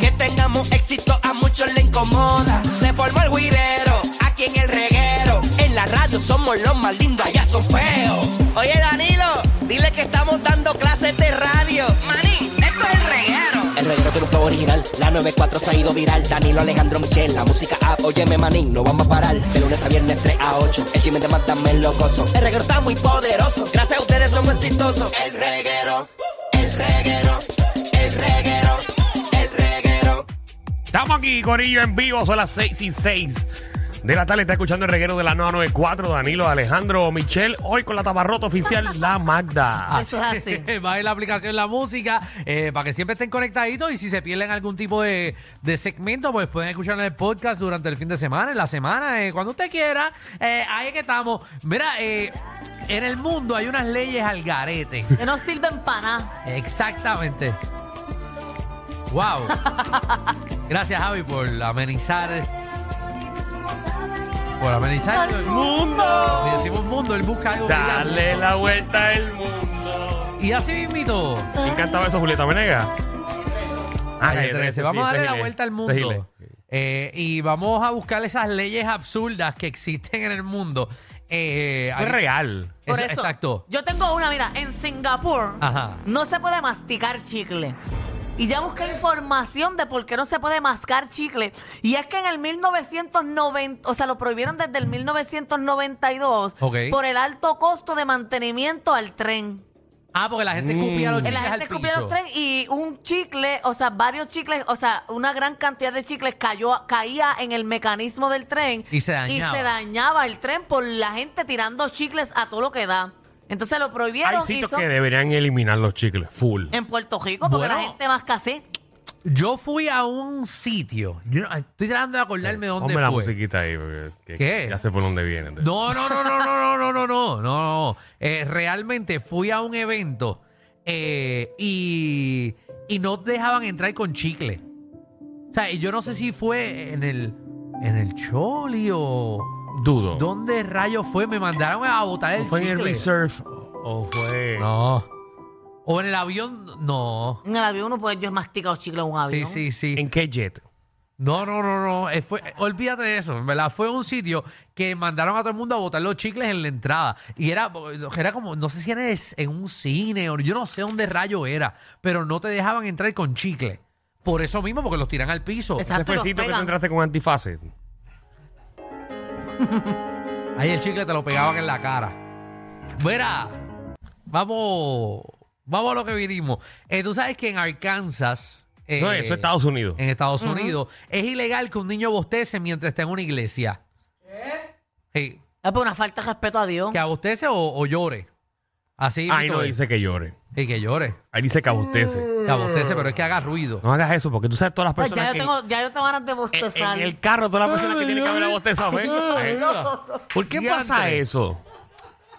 Que tengamos éxito a muchos le incomoda. Se formó el guidero, aquí en el reguero. En la radio somos los más lindos, allá son feos. Oye Danilo, dile que estamos dando clases de radio. Manín, esto es el reguero. El reguero tiene un flow original, la 94 se ha ido viral. Danilo Alejandro Michel, la música app, óyeme manín, no vamos a parar. De lunes a viernes 3 a 8, el chisme de Mátame lo gozo. El reguero está muy poderoso, gracias a ustedes somos exitosos. El reguero, el reguero, el reguero, el reguero. Estamos aquí, Corillo, en vivo, son las 6 y 6 de la tarde. Está escuchando el reguero de la 994, Danilo, Alejandro, Michelle, hoy con la tabarrota oficial, la Magda. Eso es así. Va a ir la aplicación La Música eh, para que siempre estén conectaditos y si se pierden algún tipo de, de segmento, pues pueden escuchar en el podcast durante el fin de semana, en la semana, eh, cuando usted quiera. Eh, ahí es que estamos. Mira, eh, en el mundo hay unas leyes al garete. Que no sirven para nada. Exactamente. Wow. Gracias, Javi, por amenizar. Por amenizar el mundo. Si decimos mundo, él busca algo que diga Dale mundo. la vuelta al mundo. Y así mismito. ¿Quién cantaba eso, Julieta Venegas? Ah, Calle Calle 13. 13, Vamos sí, a darle ese la es- vuelta al ese es Gile. mundo. Eh, y vamos a buscar esas leyes absurdas que existen en el mundo. Eh, Esto hay- es real. Por Esa- eso. Exacto. Yo tengo una, mira, en Singapur Ajá. no se puede masticar chicle. Y ya busqué información de por qué no se puede mascar chicle. Y es que en el 1990, o sea, lo prohibieron desde el 1992 Ok. por el alto costo de mantenimiento al tren. Ah, porque la Mm. gente escupía los chicles La gente al piso. escupía los tren y un chicle, o sea, varios chicles, o sea, una gran cantidad de chicles cayó, caía en el mecanismo del tren. Y se dañaba. Y se dañaba el tren por la gente tirando chicles a todo lo que da. Entonces lo prohibieron Hay y sitios son que deberían eliminar los chicles, full. en Puerto Rico porque la Bueno. gente más café. Yo fui a un sitio. Yo no- estoy tratando de acordarme dónde Eh, Ponme la fue. musiquita ahí, porque es que- ¿Qué? ya sé por dónde viene. No, no, no, no, no, no, no, no, no, no, no. Eh, realmente fui a un evento eh, y, y no te dejaban entrar con chicle. O sea, y yo no sé si fue en el, en el Choli o Dudo. dónde rayos fue. Me mandaron a botar el ¿O fue en chicle. el Reserve? ¿O fue...? No. O en el avión, no. En el avión pues, uno puede, yo he masticado chicle en un Sí, avión. sí, sí. ¿En qué jet? No, no, no, no. Eh, fue- eh, olvídate de eso. En verdad, fue un sitio que mandaron a todo el mundo a botar los chicles en la entrada. Y era, era como, no sé si era en un cine o yo no sé dónde rayo era, pero no te dejaban entrar con chicle. Por eso mismo, porque los tiran al piso. Ese Exacto. fue el los sitio que tú pegan. entraste con antifaces. Ahí el chicle te lo pegaban en la cara. Mira, vamos, vamos a lo que vinimos. Eh, tú sabes que en Arkansas. eh, No, eso es Estados Unidos. en Estados Unidos, es ilegal que un niño bostece mientras está en una iglesia. ¿Qué? Sí. Es por una falta de respeto a Dios. Que abostece o, o llore. Así. Ahí no Víctor. dice que llore. Y que llore. Ahí dice que abustece. Que abostece, pero es que haga ruido. No hagas eso, porque tú sabes todas las Mm. Pues personas ya yo que... tengo, ya yo tengo ganas de en, bostezar. en el carro, todas las personas que tienen que haber abostezado. ¿ves? ¿Por qué Diantre. pasa eso?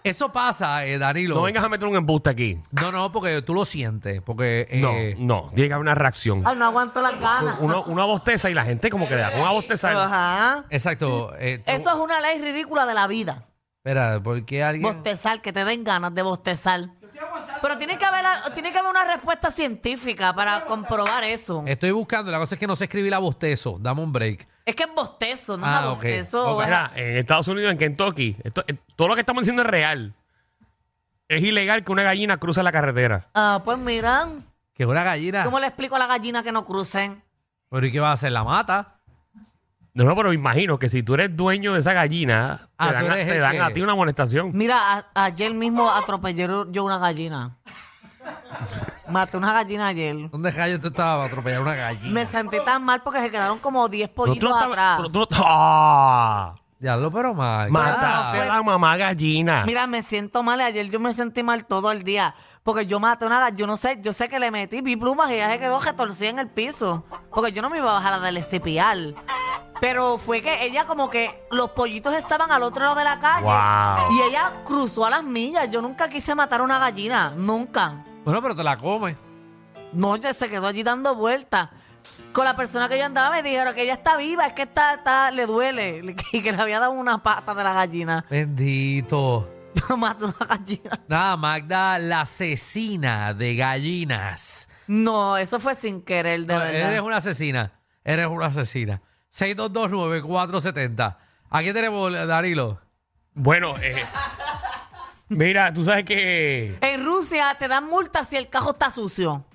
Eso pasa, eh, Danilo. No vengas a meter un embuste aquí. no, no, porque tú lo sientes. Porque. eh, No, no. Tiene que haber una reacción. Ay, no aguanto las ganas. Uno, uno abosteza y la gente como que le da una bostezar. Ajá. Exacto. eh, tú- Eso es una ley ridícula de la vida. Espera, porque alguien. Bostezar, que te den ganas de bostezar. Pero tiene que haber, al- tiene que haber una respuesta científica para comprobar eso. Estoy buscando. La cosa es que no sé escribir a bostezo. Dame un break. Es que es bostezo, no Ah, es ok. bostezo. Ok. es- Mira, en Estados Unidos, en Kentucky, esto- eh, todo lo que estamos diciendo es real. Es ilegal que una gallina cruce la carretera. Ah, pues mira, Que una gallina. ¿cómo le explico a la gallina que no crucen? Pero ¿y qué va a hacer? ¿La mata? No, no, pero me imagino que si tú eres dueño de esa gallina, Ah, te dan, tú a, eres te el dan que- a ti una amonestación. Mira, a- ayer mismo atropellé yo una gallina. Maté una gallina ayer. ¿Dónde rayos tú estabas para atropellar una gallina? Me sentí tan mal porque se quedaron como 10 pollitos Nosotros estab- atrás. nosotros- ¡Ah! Ya lo, pero más. Mataste a la mamá gallina. pues. Mira, me siento mal. Ayer yo me sentí mal todo el día. Porque yo maté nada. Yo no sé, yo sé que le metí mi plumas y ella se quedó retorcida en el piso. Porque yo no me iba a bajar a darle cepial. Pero fue que ella como que los pollitos estaban al otro lado de la calle. Wow. Y ella cruzó a las millas. Yo nunca quise matar a una gallina. Nunca. Bueno, pero te la comes. No, ella se quedó allí dando vueltas. Con la persona que yo andaba me dijeron que ella está viva, es que está, está, le duele. Y que le había dado una pata de la gallina. Bendito. Yo maté una gallina. Nada, Magda, la asesina de gallinas. No, eso fue sin querer, de No, verdad. Eres una asesina. Eres una asesina. 6229-470. Aquí tenemos, Darilo. Bueno, eh, mira, tú sabes que. En Rusia te dan multas si el cajo está sucio.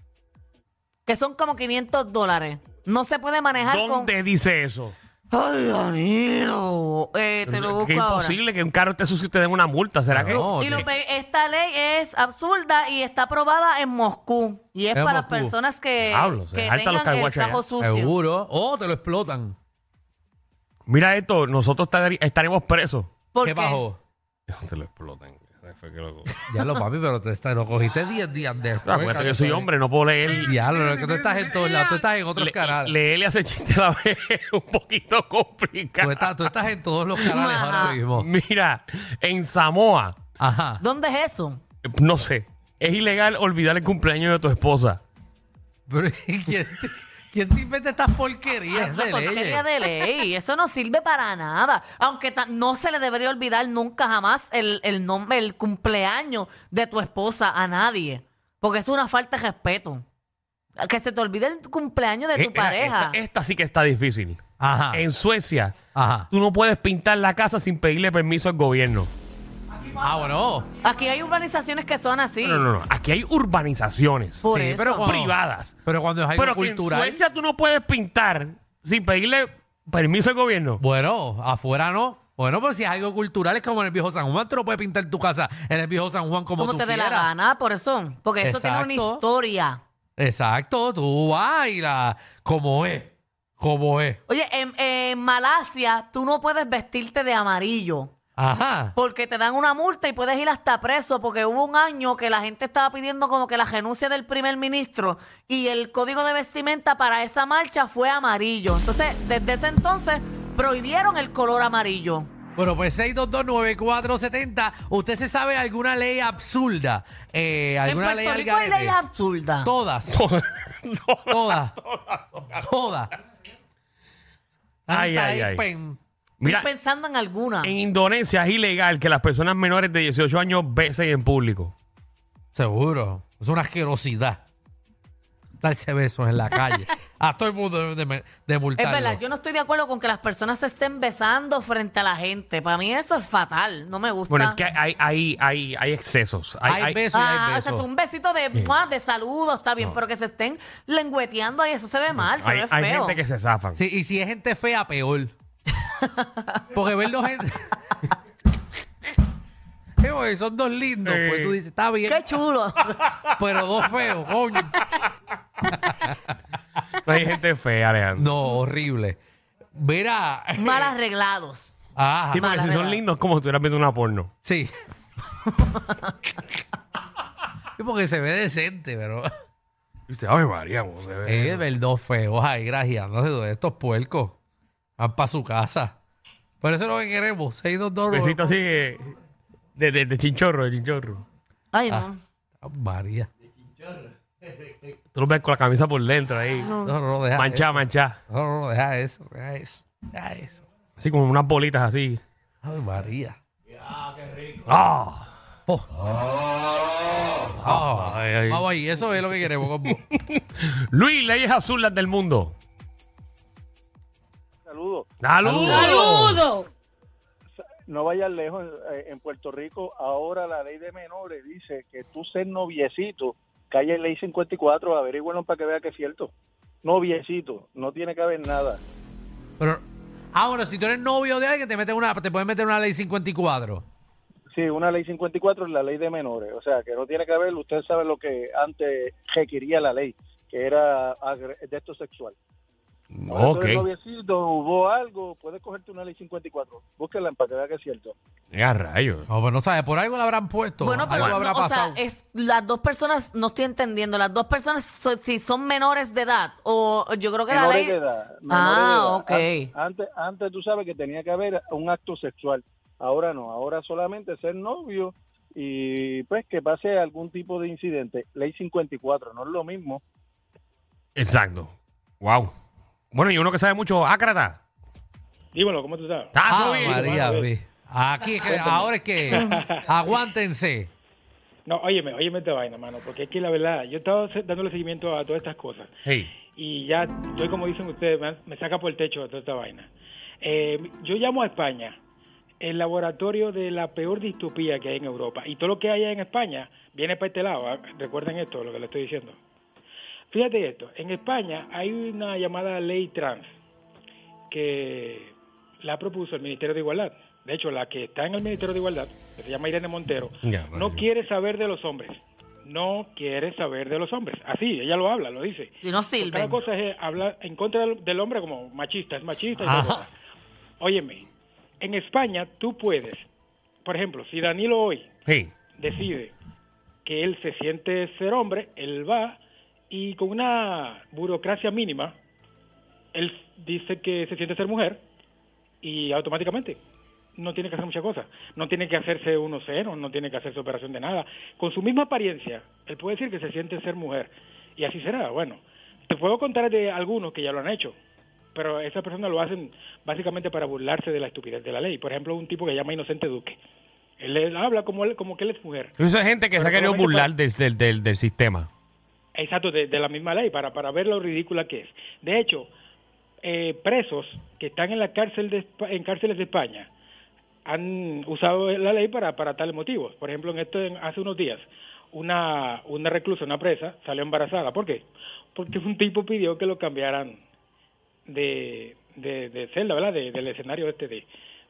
Que son como 500 dólares. No se puede manejar ¿Dónde dice eso? con... Ay, Danilo. Eh, te lo que busco es ahora. imposible que un carro esté sucio y te den una multa. ¿Será que? No, Y lo que- pe- esta ley es absurda y está aprobada en Moscú. Y es En para las Moscú. personas que, Diablo, se que jaltan los tengan el caguachos allá. cajo sucio. Seguro. Oh, te lo explotan. Mira esto, nosotros estar- estaremos presos. ¿Por ¿Qué qué? bajó? Se lo explotan. Fue que lo- Ya lo, papi, pero te está- lo cogiste 10 días después. Acuérdate que yo cabrón. soy hombre, no puedo leer. Ya, lo que tú estás en todos lados. Tú estás en otros Le- canales. Leerle hace chiste a la vez es un poquito complicado. Tú, estás, tú estás en todos los canales ahora Ajá. mismo. Mira, en Samoa, Ajá. ¿Dónde es eso? no sé, es ilegal olvidar el cumpleaños de tu esposa. Pero, ¿y ¿quién, se- ¿Quién se inventa estas porquerías Ah, Eso de es porquería leyes? de ley. Eso no sirve para nada. Aunque ta- no se le debería olvidar nunca jamás el, el nombre, el cumpleaños de tu esposa a nadie. Porque es una falta de respeto. Que se te olvide el cumpleaños de Eh, tu mira, pareja. Esta, esta sí que está difícil. Ajá. En Suecia, Ah. Ajá. tú no puedes pintar la casa sin pedirle permiso al gobierno. Ah, bueno. Aquí hay urbanizaciones que son así. No, no, no. Aquí hay urbanizaciones Por Sí, eso. pero cuando- privadas. Pero cuando es algo Pero que en cultural. Suecia tú no puedes pintar sin pedirle permiso al gobierno. Bueno, afuera no. Bueno, pues si es algo cultural, es como en el viejo San Juan. Tú no puedes pintar tu casa en el viejo San Juan como, como tú te dé la quieras. gana, por eso. Porque eso tiene una Exacto. historia. Exacto, tú bailas como es, como es. Oye, en, en Malasia tú no puedes vestirte de amarillo. Ajá. Porque te dan una multa y puedes ir hasta preso, porque hubo un año que la gente estaba pidiendo como que la renuncia del primer ministro y el código de vestimenta para esa marcha fue amarillo. Entonces, desde ese entonces prohibieron el color amarillo. Bueno, pues 6229470. ¿Usted se sabe alguna ley absurda? Eh, En ¿Alguna Puerto ley al Rico hay garete? leyes absurdas. Todas, todas, todas. Ay, Tanta ay, ley ay. pen- Mira, Estoy pensando en alguna. en Indonesia es ilegal que las personas menores de 18 años besen en público. Seguro. Es una asquerosidad. Darse besos en la calle. A todo el mundo de, de, de Es multarlo. verdad, yo no estoy de acuerdo con que las personas se estén besando frente a la gente. Para mí eso es fatal, no me gusta. Bueno, es que hay, hay, hay, hay excesos. Hay, Hay, hay- besos y hay Ah, o besos. sea, tú un besito de, ¡mua! de saludo está bien, pero que se estén lengüeteando ahí, eso se ve mal, se hay- ve feo. hay gente que se zafan. Sí, y si es gente fea, peor. Porque verlo gente. Eh, güey, son dos lindos. Sí. Pues tú dices, está bien, Eh, Qué chulo. pero dos feos, coño. No hay gente fea, Alejandro. No, horrible. Mira. Mal arreglados. Ajá. Sí, porque mala si son Ah, verdad. lindos, es como si estuvieras viendo una porno. Sí. Sí, Porque se ve decente, pero. Y dice, ay, María, ¿cómo se ve Es eso?". ver dos feos ahí grajeándose de estos puercos. Van para su casa. Por eso es lo que queremos. 622. Besito así de, de- de- de chinchorro, de chinchorro. Ay, Ah. no. Ah, María. Tú lo ves con la camisa por dentro ahí. Ah, No, no, no, deja Manchá, manchá. eso. No, no, no, deja eso. Deja eso. Deja eso. Así como unas bolitas así. Ave María. ¡Ah! Oh. Ah, Vamos ahí, eso es lo que queremos con vos. Luis, leyes azules del mundo. Saludos. ¡Saludos! No vayas lejos. eh, En Puerto Rico ahora la ley de menores dice que tú ser noviecito, calle ley 54, averígüenlo para que vea que es cierto. Noviecito, no tiene que haber nada. Pero, ah, bueno, si tú eres novio de alguien, te, meten una, te pueden meter una ley 54. Sí, una ley 54 es la ley de menores, o sea, que no tiene que haber, usted sabe lo que antes requería la ley, que era agre- de esto sexual. Ahora tú Ok. eres noviecito, hubo algo, puedes cogerte una ley 54. Búscala para que veas que es cierto. Ya rayos. No, pues no sabes, por algo la habrán puesto. Bueno, pero algo habrá no, o pasado. sea, es, las dos personas, no estoy entendiendo, las dos personas, so- si son menores de edad, o yo creo que la Menores ley... de edad, menores Ah, de edad. ok. An- Antes, antes tú sabes que tenía que haber un acto sexual. Ahora no, ahora solamente ser novio y pues que pase algún tipo de incidente. Ley 54, no es lo mismo. Exacto. Wow. Bueno, y uno que sabe mucho, Ácrata. Dímelo, ¿cómo tú estás? Está Ah, todo bien. María, ve. Aquí, es que- ahora es que aguántense. No, óyeme, óyeme esta vaina, mano, porque es que la verdad, yo he estado se- dándole seguimiento a todas estas cosas Hey. y ya estoy, como dicen ustedes, me, me saca por el techo toda esta vaina. Eh, yo llamo a España el laboratorio de la peor distopía que hay en Europa y todo lo que hay en España viene para este lado. ¿ah? Recuerden esto, lo que les estoy diciendo. Fíjate esto, en España hay una llamada ley trans que la propuso el Ministerio de Igualdad. De hecho, la que está en el Ministerio de Igualdad, que se llama Irene Montero, Ya, no vale. quiere saber de los hombres. No quiere saber de los hombres. Así, ella lo habla, lo dice. Y no Otra sirven. cosa es hablar en contra del, del hombre como machista, es machista. y Ajá. todo eso. Óyeme, en España tú puedes, por ejemplo, si Danilo hoy Hey. decide que él se siente ser hombre, él va y con una burocracia mínima, él dice que se siente ser mujer y automáticamente no tiene que hacer muchas cosas. No tiene que hacerse unos senos, no tiene que hacerse operación de nada. Con su misma apariencia, él puede decir que se siente ser mujer. Y así será. Bueno, te puedo contar de algunos que ya lo han hecho, pero esas personas lo hacen básicamente para burlarse de la estupidez de la ley. Por ejemplo, un tipo que llama Inocente Duque. Él, él habla como, él- como que él es mujer. Eso es gente que se ha Pero querido solamente burlar para- del, del, del, del sistema. Exacto, de, de la misma ley, para, para ver lo ridícula que es. De hecho, eh, presos que están en la cárcel de, Espa- en cárceles de España han usado la ley para, para tales motivos. Por ejemplo, en esto en- hace unos días, una, una reclusa, una presa, salió embarazada. ¿Por qué? Porque un tipo pidió que lo cambiaran de, de, de celda, ¿verdad? De- del escenario este de,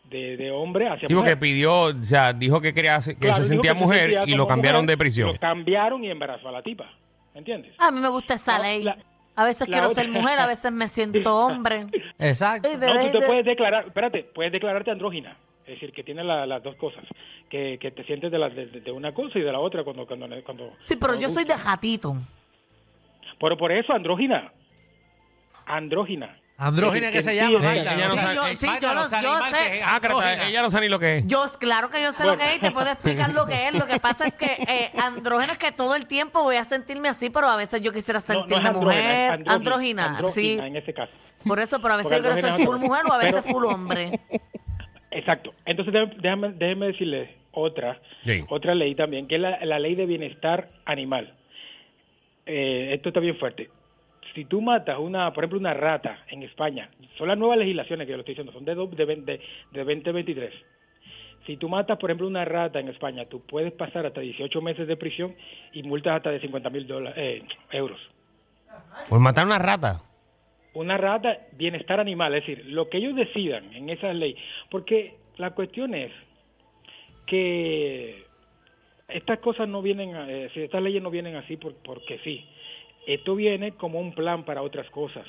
de, de hombre hacia Sí, porque mujer. pidió, o sea, dijo que quería que Claro, se dijo sentía que mujer sentía y lo como cambiaron mujer, de prisión. Lo cambiaron y embarazó a la tipa. ¿Entiendes? A mí me gusta esa La- ley. la- A veces la quiero otra- ser mujer, a veces me siento hombre. Exacto. Ay, de- No, tú te de- puedes declarar, espérate, puedes declararte andrógina. Es decir, que tiene la- las dos cosas. Que, que te sientes de, la, de, de una cosa y de la otra cuando... cuando, cuando Sí, pero cuando yo soy de gustas. jatito. Pero por eso, andrógina. Andrógina. Andrógina Es que decir, se sí, llama, es- Magda. ella no O sea, sabe- es Sí, Magda, yo lo- los yo animales sé. es Ah, creo que andrógina. ella no sabe ni lo que es. Yo, claro que yo sé lo Bueno. que es y te puedo explicar lo que es. Lo que pasa es que eh, andrógeno es que todo el tiempo voy a sentirme así, pero a veces yo quisiera No, no es sentirme andrógina, es mujer. Andrógina, sí. andrógina en este caso. Por eso, pero a veces Porque yo quiero andrógeno ser es full otro. mujer o a veces Pero- full hombre. Exacto. Entonces, dé- déjame, déjeme decirle otra, Sí. otra ley también, que es la, la ley de bienestar animal. Eh, esto está bien fuerte. Si tú matas una, por ejemplo, una rata en España, son las nuevas legislaciones que yo lo estoy diciendo, son de, do- de, vein- de, de 2023. Si tú matas, por ejemplo, una rata en España, tú puedes pasar hasta 18 meses de prisión y multas hasta de 50 mil eh, euros. Por Pues matar una rata. Una rata, bienestar animal, es decir, lo que ellos decidan en esa ley. Porque la cuestión es que estas cosas no vienen, a- eh, si estas leyes no vienen así por, porque sí. Esto viene como un plan para otras cosas.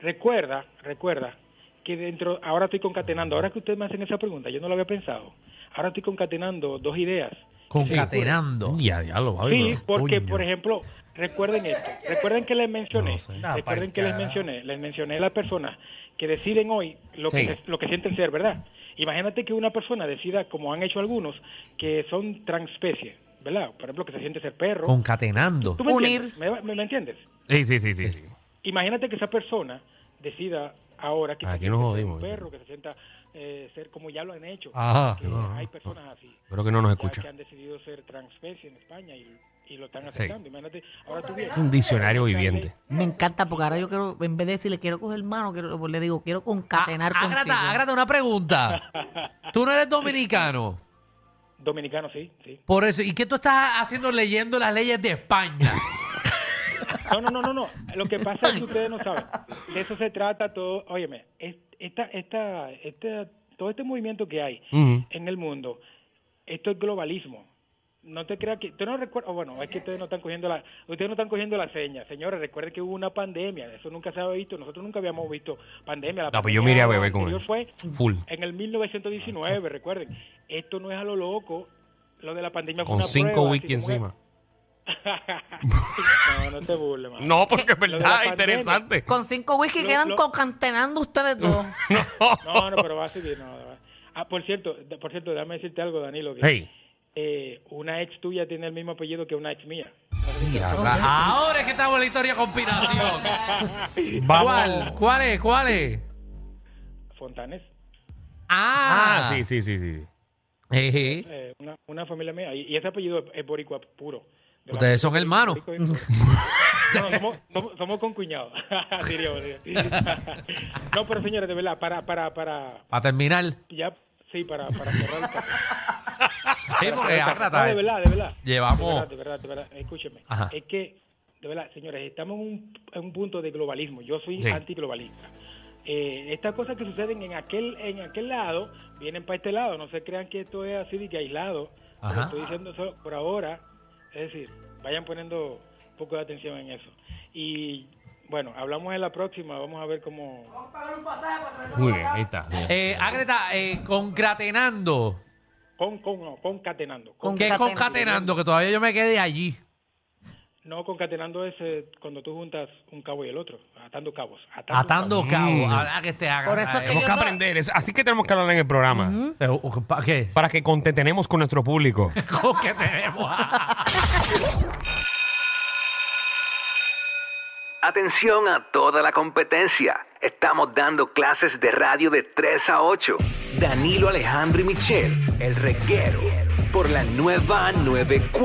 Recuerda, recuerda que dentro, ahora estoy concatenando, ahora que ustedes me hacen esa pregunta, yo no lo había pensado. Ahora estoy concatenando dos ideas. Concatenando. pues. Ya, diablo, Bobby, Sí, bro. porque Coño. por ejemplo, recuerden esto, recuerden que les mencioné, No sé. Ah, pa'l recuerden que les carajo. mencioné, les mencioné a las personas que deciden hoy lo Sí. que se- lo que sienten ser, ¿verdad? Imagínate que una persona decida, como han hecho algunos, que son transespecie, ¿verdad? Por ejemplo, que se siente ser perro. Concatenando. ¿Tú me Unir. entiendes? ¿Me, me- me entiendes? Sí, sí, sí, sí. sí. Imagínate que esa persona decida ahora que Ah, Aquí se nos siente ser jodimos. Ah, un perro, que se sienta eh, ser como ya lo han hecho. Ajá. Que No, hay no. personas así Creo que no nos ya escucha. que han decidido ser transespecie en España y, y lo están Sí. aceptando. Imagínate, ahora tú vienes- Un diccionario viviente. Me encanta porque ahora yo quiero, en vez de decirle quiero coger mano, quiero, pues, le digo quiero concatenar Ah, contigo. Ágrata, Ágrata, una pregunta. Tú no eres dominicano. Dominicano, sí, sí. Por eso, ¿y qué tú estás haciendo leyendo las leyes de España? No, no, no, no, no. Lo que pasa es que ustedes no saben. De eso se trata todo. Óyeme, es- esta, esta, este, todo este movimiento que hay Ujú. en el mundo, esto es globalismo. No te creas que usted no recuerda, oh, bueno, es que ustedes no están cogiendo la ustedes no están cogiendo la seña, señores, recuerden que hubo una pandemia, eso nunca se había visto, nosotros nunca habíamos visto pandemia. La No, pues yo pandemia miré a Bebé con anterior él. fue Full. en el 1919, recuerden. Esto no es a lo loco, lo de la pandemia fue Con una cinco prueba, whisky así como que- encima. Ah, no, no te burles, mano. No, porque es Lo de la verdad, pandemia. interesante. Con cinco whisky Lo- quedan lo- concatenando ustedes dos. No, no, pero va a seguir, no, va. Ah, por cierto, de- por cierto, déjame decirte algo, Danilo, que Hey, eh, una ex tuya tiene el mismo apellido que una ex mía. Diabla. Ahora es que estamos en la historia de conspiración. ¿Cuál? ¿Cuál es? ¿Cuál es? Fontanes, Ah, Ah, sí, sí, sí, sí. Ejé. eh, una, una familia mía, y, y ese apellido es, es boricua puro. De la- Ustedes son hermanos. Boricua- No, somos, somos, somos concuñados, diríamos, diríamos. no, pero señores, de verdad, para, para, para, Para terminar. ya, sí, para, para cerrar. el caso. Sí, porque No, de Ágrata. verdad, de verdad. Llevamos- De verdad, de verdad, de verdad. Escúcheme. Ajá. Es que, de verdad, señores, estamos en un, en un punto de globalismo. Yo soy Sí. antiglobalista. Eh, estas cosas que suceden en aquel en aquel lado vienen para este lado. No se crean que esto es así de que aislado. Ajá. Lo Estoy diciendo solo por ahora. Es decir, vayan poniendo un poco de atención en eso. Y bueno, hablamos en la próxima. Vamos a ver cómo. Muy bien, ahí está. sí. Eh, Ágrata, eh, concatenando. Con, con, no, concatenando. Con- ¿Qué es Concatenando. concatenando? Que todavía yo me quedé allí. No, concatenando es eh, cuando tú juntas un cabo y el otro, atando cabos. Atando, Atando cabos. Ahora que eh. te hagan. Por eso es que Tenemos yo que no- aprender. es- Así que tenemos que hablar en el programa. ¿Qué? Para que contentenemos con nuestro público. ¿Qué tenemos? Atención a toda la competencia. Estamos dando clases de radio de 3 a 8. Danilo Alejandro y Michel, el reguero, por la nueva 94.